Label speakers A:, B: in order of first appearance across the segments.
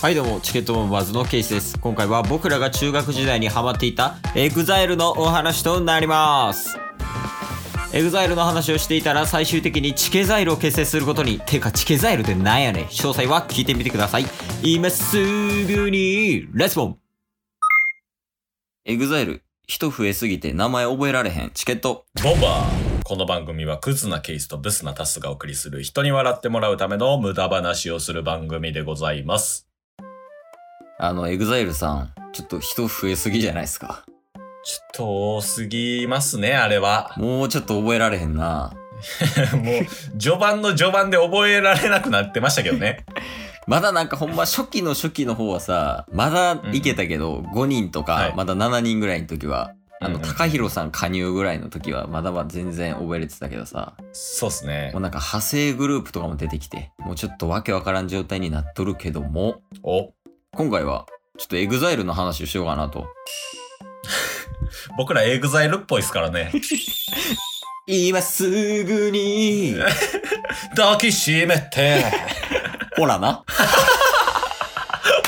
A: はいどうもチケットボンバーズのケイスです今回は僕らが中学時代にハマっていた EXILE のお話となります EXILE の話をしていたら最終的にチケザイルを結成することにてかチケザイルってなんやねん詳細は聞いてみてください今すぐにレッツボンエグザイル人増えすぎて名前覚えられへんチケット
B: ボンバーこの番組はクズなケースとブスなタスがお送りする人に笑ってもらうための無駄話をする番組でございます。
A: あのエグザイルさんちょっと人増えすぎじゃないですか。
B: ちょっと多すぎますね、あれは
A: もうちょっと覚えられへんな
B: もう、序盤の序盤で覚えられなくなってましたけどね。
A: まだなんかほんま初期の初期の方はさ、まだいけたけど、5人と
B: は
A: か
B: い、
A: まだ7人ぐらいの時は、あの、
B: うんうん
A: 高弘さん加入ぐらいの時は、まだまだ全然覚えれてたけどさ、
B: そうっすね
A: もう。なんか派生グループとかも出てきて、もうちょっとわけわからん状態になっとるけども、
B: お、
A: 今回は、ちょっとエグザイルの話をしようかなと。
B: 僕らエグザイルっぽいっすか らね。
A: 今すぐ に、
B: 抱きしめ て。
A: ほらな。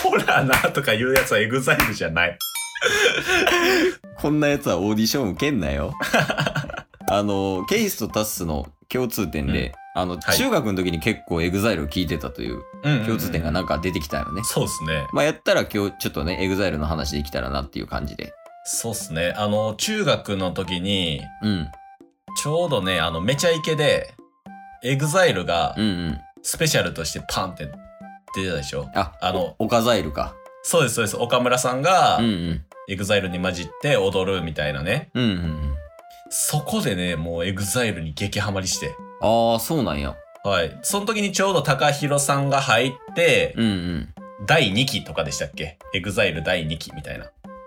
B: ほらな、とか言うやつはエグザイルじゃない。
A: こんなやつはオーディション受けんな よ。あの、ケイスとタッスの共通点で、あの、
B: はい
A: 中学の時に結構エグザイルを聞いてたという
B: うんうんうん
A: 共通点がなんか出てきたよね。
B: そうっすね。
A: まあやったら今日ちょっとね、エグザイルの話できたらなっていう感じで。
B: そうっすね。あの、中学の時に、
A: うん。
B: ちょうどね、あの、めちゃイケで、エグザイルが
A: うんうん。
B: スペシャルとしてパンって出てたでしょ。
A: あ、
B: あの、
A: オカザイルか。
B: そうです、そうです。岡村さんが
A: うんうん。
B: エグザイルに混じって踊るみたいなね。
A: うんうんうん。
B: そこでね、もうエグザイルに激ハマりして。
A: ああ、そうなんや。
B: はい。その時にちょうど高弘さんが入って、
A: うんうん。
B: 第2期とかでしたっけエグザイル第2期みたいな。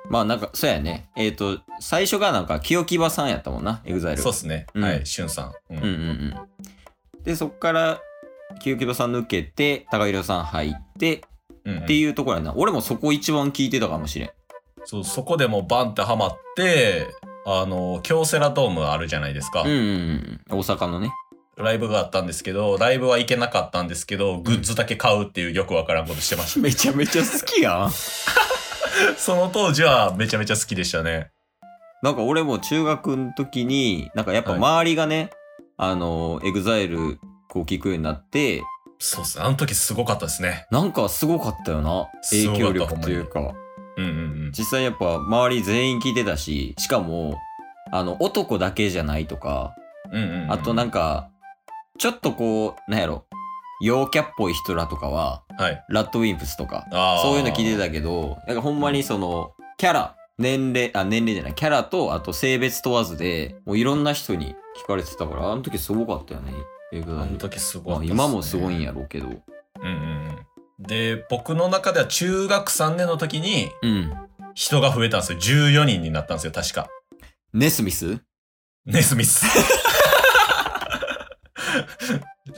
A: まあなんか、そうやね。えっ、と、最初がなんか、清木場さんやったもんな、エグザイル。
B: そうっすね。
A: うん
B: はい、しゅんさん。う
A: うんうんうん。で、そっから、清木場さん抜けて、高弘さん入って、
B: うんうん
A: っていうところやな。俺もそこ一番聞いてたかもしれん。
B: そう、そこでもうバンってハマって、あの、京セラドームあるじゃないですか。
A: うんうんうん。大阪のね。
B: ライブがあったんですけど、ライブは行けなかったんですけど、グッズだけ買うっていうよくわからんことしてま し
A: めちゃめちゃ好きやん。
B: た。その当時はめちゃめちゃ好きでしたね。
A: なんか俺も中学の時に、なんかやっぱ
B: はい
A: 周りがね、あの、エグザイルこう聞くようになって、
B: そうっすね。あの時すごかったですね。
A: なんかすごかったよな。
B: す
A: 影
B: ご
A: 響
B: かった
A: 力というか。
B: うんうんうん。
A: 実際やっぱ周り全員聞いてたし、しかも、あの、男だけじゃないとか、
B: うんうんうん、
A: あとなんか、ちょっとこう、なんやろ、陽キャっぽい人らとかは、
B: はい。
A: ラッドウィンプスとか、
B: あー
A: そういうの聞いてたけど、なんかほんまにその、キャラ、年齢、あ、年齢じゃない、キャラと、あと性別問わずで、もういろんな人に聞かれてたから、あの時すごかったよね。エグザ
B: あ
A: イ
B: の
A: ル。
B: 時すご
A: ま
B: か
A: あ
B: ったっすね
A: 今もすごいん。やろうけど。
B: うんうんうん。で、僕の中では中学3年の時に
A: うん。
B: 人が増えたんですよ。14人になったんですよ、確か。
A: ネスミス
B: ネス ミス。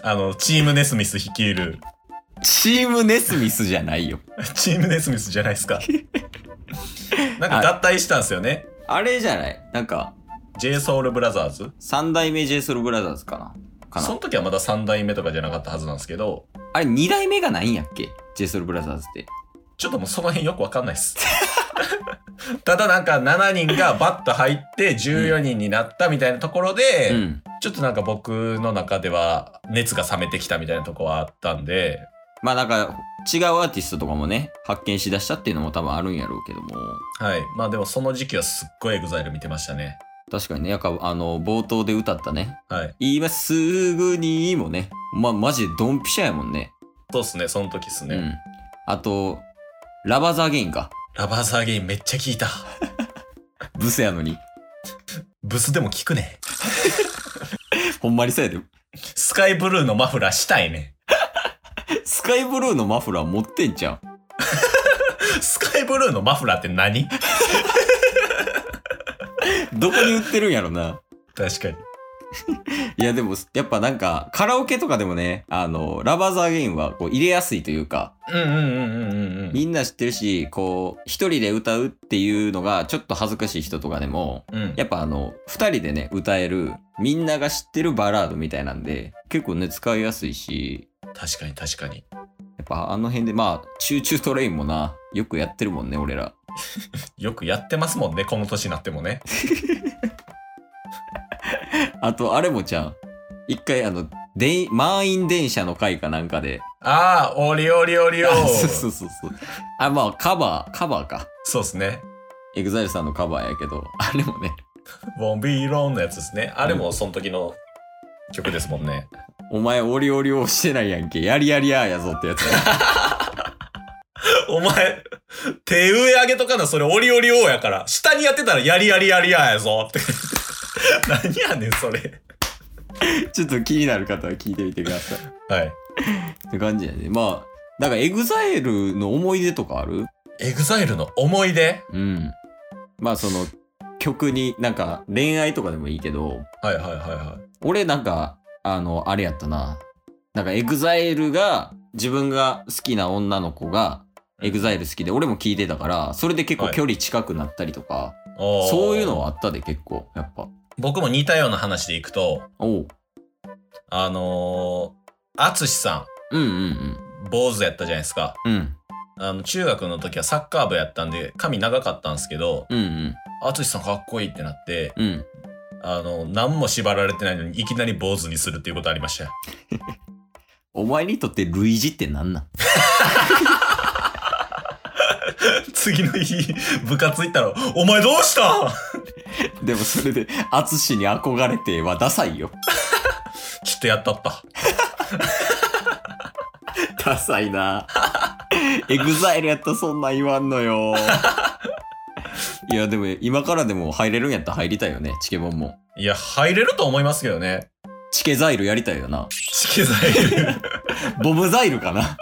B: あの、チームネスミス率いる。
A: チームネスミスじゃないよ。
B: チームネスミスじゃないですか。なんか脱退したんですよね。
A: あれじゃないなんか、
B: JSOUL BROTHERS。
A: 三代目 j s o u l b r o t h e r s かなか
B: そ
A: な
B: の時はまだ3代目とかじゃなかったはずなんですけど、
A: あれ二代目がないんやっけ j s o u l b r o t h e r s って。
B: ちょっともうその辺よくわかんな いです。ただなんか7人がバッと入って14人になったみたいなところで、
A: うん。
B: ちょっとなんか僕の中では熱が冷めてきたみたいなとこはあったんで、
A: まあなんか、違うアーティストとかもね、発見しだしたっていうのも多分あるんやろうけども。
B: はい。まあでもその時期はすっごい EXILE 見てましたね。
A: 確かにね、やっぱあの、冒頭で歌ったね、
B: はい。
A: 今すぐにもね、ま、マジでドンピシャやもんね。
B: そうっすね、その時っすね。
A: うん。あと、ラバーザーゲインか。
B: ラバーザーゲインめっちゃ聞いた。
A: ブスやのに。
B: ブスでも聞くね。
A: ほんまにそうやで。
B: スカイブルーのマフラーしたいね。
A: スカイブルーのマフラー持ってんじゃん。
B: スカイブルーのマフラーって何
A: どこに売ってるんやろな。
B: 確かに。
A: いやでも、やっぱなんか、カラオケとかでもね、あの、ラバーザーゲインはこう入れやすいというか、
B: うんうんうんうんうんうん。
A: みんな知ってるし、こう、一人で歌うっていうのがちょっと恥ずかしい人とかでも、
B: うん、
A: やっぱあの、二人でね、歌える、みんなが知ってるバラードみたいなんで、結構ね、使いやすいし、
B: 確かに確か
A: や
B: に。
A: っっぱあの辺でまあチューチュートレインもなよくやってるもんね俺ら
B: よくやってますもんね、この年になってもね。
A: あとあれもちゃん一回あので満員電車の回かなんかで
B: ああ、おりおりおりお
A: あ そうそうう
B: そ
A: そうそうあまあカバーカバーか
B: ですね。
A: エグザイルさんのカバーやけどあれもね
B: ボンビーローンのやつですね。あれもその時の曲ですもんね。
A: お前オリオリをしてないやんけやりやりやーやぞってやつ
B: お前、手上上げとかな、それおりおりおやから。下にやってたらやりやりやりややぞって。 何やねん、それ。
A: ちょっと気になる方は聞いてみてください
B: はい。
A: って感じやねまあなんかエグザイルの思い出とかある
B: エグザイルの思い出
A: うんまあその曲になんか恋愛とかでもいいけど
B: はいはいはいは
A: 俺なんかあのあれやったななんかエグザイルが自分が好きな女の子がエグザイル好きで俺も聞いてたからそれで結構距離近くなったりとか、
B: い。おー
A: そういうのはあったで結構やっぱ
B: 僕も似たような話でいくと、
A: おう
B: あのー、あつしさ
A: うんうん
B: ん、坊主やったじゃないですか。
A: うんうん
B: あの、中学の時はサッカー部やったんで、髪長かったんですけど、
A: うんうん
B: あつしさんかっこいいってなって、
A: うん
B: あの、何も縛られてないのに、いきなり坊主にするっていうことありましたよ。
A: お前にとって類似ってなん なん
B: 次の日、部活行ったら、お前どうした
A: でもそれで淳に憧れてはダサいよ
B: ちょっとやったった。
A: ダサいなエグザイルやったらそんなん言わんのよいやでも今からでも入れるんやったら入りたいよねチケボンも
B: いや、入れると思いますけどね。
A: チケザイルやりたいよな
B: チケザイル。
A: ボブザイルかな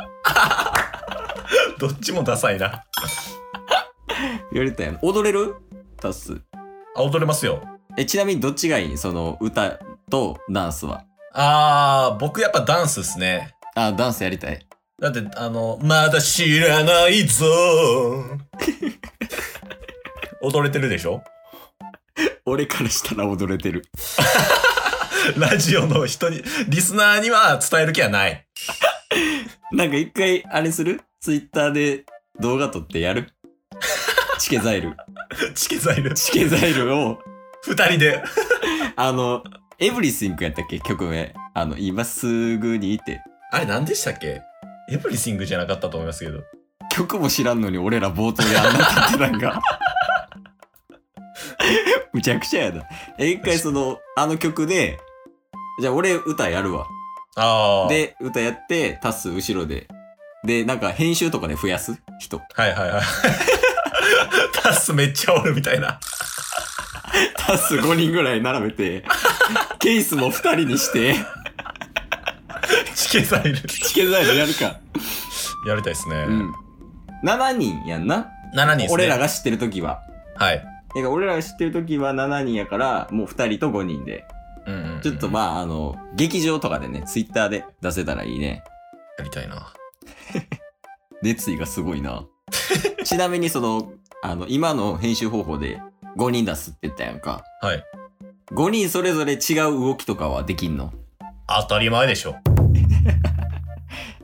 B: どっちもダサいな。
A: やりたいよな踊れるタス
B: あ、踊れますよ。
A: えちなみにどっちがいいその歌とダンスは
B: あー、僕やっぱダンスですね。
A: あダンスやりたい
B: だって、あの、まだ知らないぞー踊れてるでしょ
A: 俺からしたら踊れてる
B: ラジオの人に、リスナーには伝える気はない。
A: なんか一回あれするツイッターで動画撮ってやるチケザイル
B: チケザイル。
A: チケザイルを
B: 二人で。
A: あの、エブリスインクやったっけ曲名。あの、今すぐにって。
B: あれ何でしたっけエブリシングじゃなかったと思いますけど。
A: 曲も知らんのに俺ら冒頭であんな歌ってたんか。 むちゃくちゃやな。え、一回その、あの曲で、じゃあ俺歌やるわ。
B: ああ。、
A: で、歌やって、タス後ろで。で、なんか編集とかで増やす人。
B: はいはい はい。タスめっちゃおるみたいな。
A: タス5人ぐらい並べ て、ケースも2人にして、
B: チケザイル。
A: チケザイルやるか。
B: やりたいですね。
A: うん。7人やんな。
B: 7人ですね。
A: 俺ら。が知ってる時は。
B: はい。
A: だから俺らが知ってる時は7人やからもう2人と5人で
B: うんうんうん
A: ちょっとまああの劇場とかでねツイッターで出せたらいいね
B: やりたいな。
A: 熱意がすごい なちなみにそのあの今の編集方法で5人出すって言ったやんか
B: はい。
A: 5人それぞれ違う動きとかはできんの
B: 当たり前でしょ。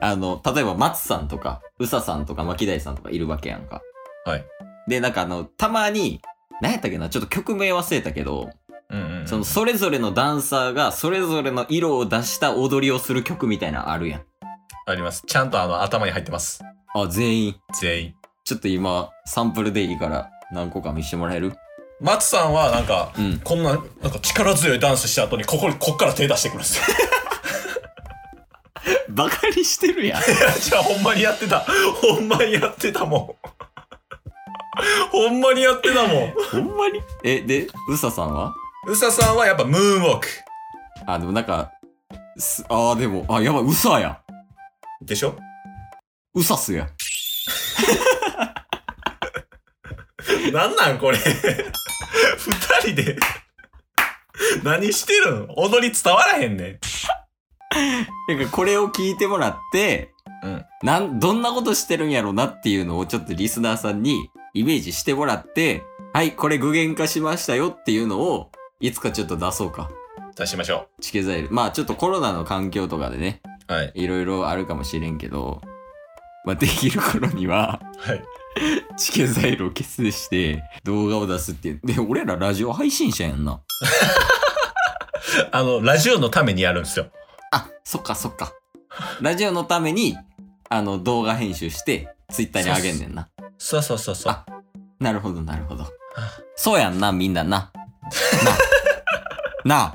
A: あの例えば松さんとか宇佐さんとか牧大さんとかいるわけやんか
B: はい
A: でなんかあのたまに何やったっけなちょっと曲名忘れたけど
B: うんうんうん。
A: そのそれぞれのダンサーがそれぞれの色を出した踊りをする曲みたいなのあるやん。
B: あります。ちゃんとあの頭に入ってます。
A: あ、全員。
B: 全員。
A: ちょっと今、サンプルでいいから何個か見してもらえる
B: 松さんはなんか、
A: うん。
B: こんな、なんか力強いダンスした後に、ここに、こっから手出してくるんですよ。
A: バカにしてるやん。
B: いやじゃあほんまにやってた。ほんまにやってたもん。ほんまにやってたもん。
A: ほんまにえ、で、ウサさんは
B: うささんはやっぱムーンウォーク。
A: あ、でもなんか、すあーでも、あ、やばい、ウサや。
B: でしょ
A: ウサスや。
B: なんなんこれ。二人で。何してるん踊り伝わらへんね
A: なんかこれを聞いてもらって、
B: うん。
A: なん、どんなことしてるんやろうなっていうのをちょっとリスナーさんにイメージしてもらって、はい、これ具現化しましたよっていうのを、いつかちょっと出そうか。
B: 出しましょ
A: チケザイル。まあちょっとコロナの環境とかでね、
B: う。はい。
A: いろいろあるかもしれんけど、まあ、できる頃には、
B: はい。
A: チケザイルを結成して、動画を出すっていう。で、俺らラジオ配信者やんな。
B: あの、ラジオのためにやるんですよ。
A: あ、そっかそっか。ラジオのために、あの、動画編集して、ツイッターにあげんねんな。
B: そうそうそうそう
A: あ。なるほど、なるほど
B: あ。
A: そうやんな、みんなな。なあ。なあ。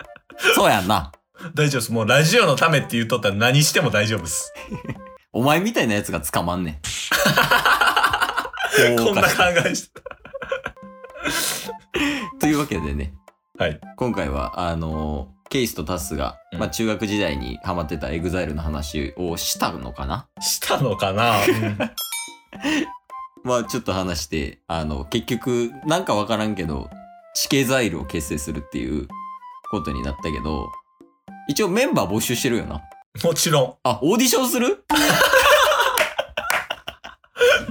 A: そうやんな。
B: 大丈夫です。もうラジオのためって言うとったら何しても大丈夫です。
A: お前みたいなやつが捕まん ねん。
B: こんな考えして。
A: というわけでね、
B: はい。
A: 今回は、あのケイスとタスが、
B: うん
A: まあ、中学時代にハマってたエグザイルの話をしたのかな
B: したのかな、うん
A: まあ、ちょっと話して、あの、結局、なんかわからんけど、地形ザイルを結成するっていうことになったけど、一応メンバー募集してるよな。
B: もちろん。
A: あ、オーディションする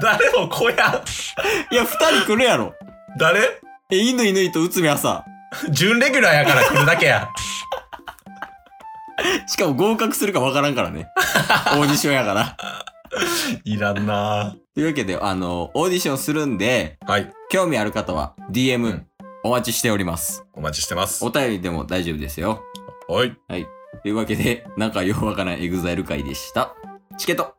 B: 誰もこや
A: いや、二人来るやろ。
B: 誰
A: え、犬犬と内海朝。
B: 準レギュラーやから来るだけや。
A: しかも合格するかわからんから ね。オーディションやから。
B: いらんな
A: というわけで、あの、オーディションするんで、
B: はい。
A: 興味ある方は DM、
B: うん
A: お待ちしております。
B: お待ちしてます
A: お。便りでも大丈夫ですよ。
B: はい。
A: というわけで、なんかようわからんエグザイル会でした。チケット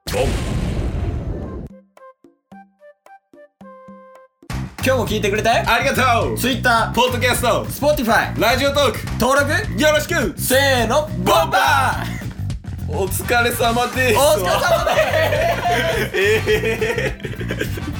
A: 今日も聞いてくれてあ
B: ありがとう
A: Twitter、
B: ポッドキャスト
A: Spotify、
B: ラジオトーク
A: 登録
B: よろしく
A: せーの、ボンバー
B: お疲れ様です
A: お疲れ様です
B: ええ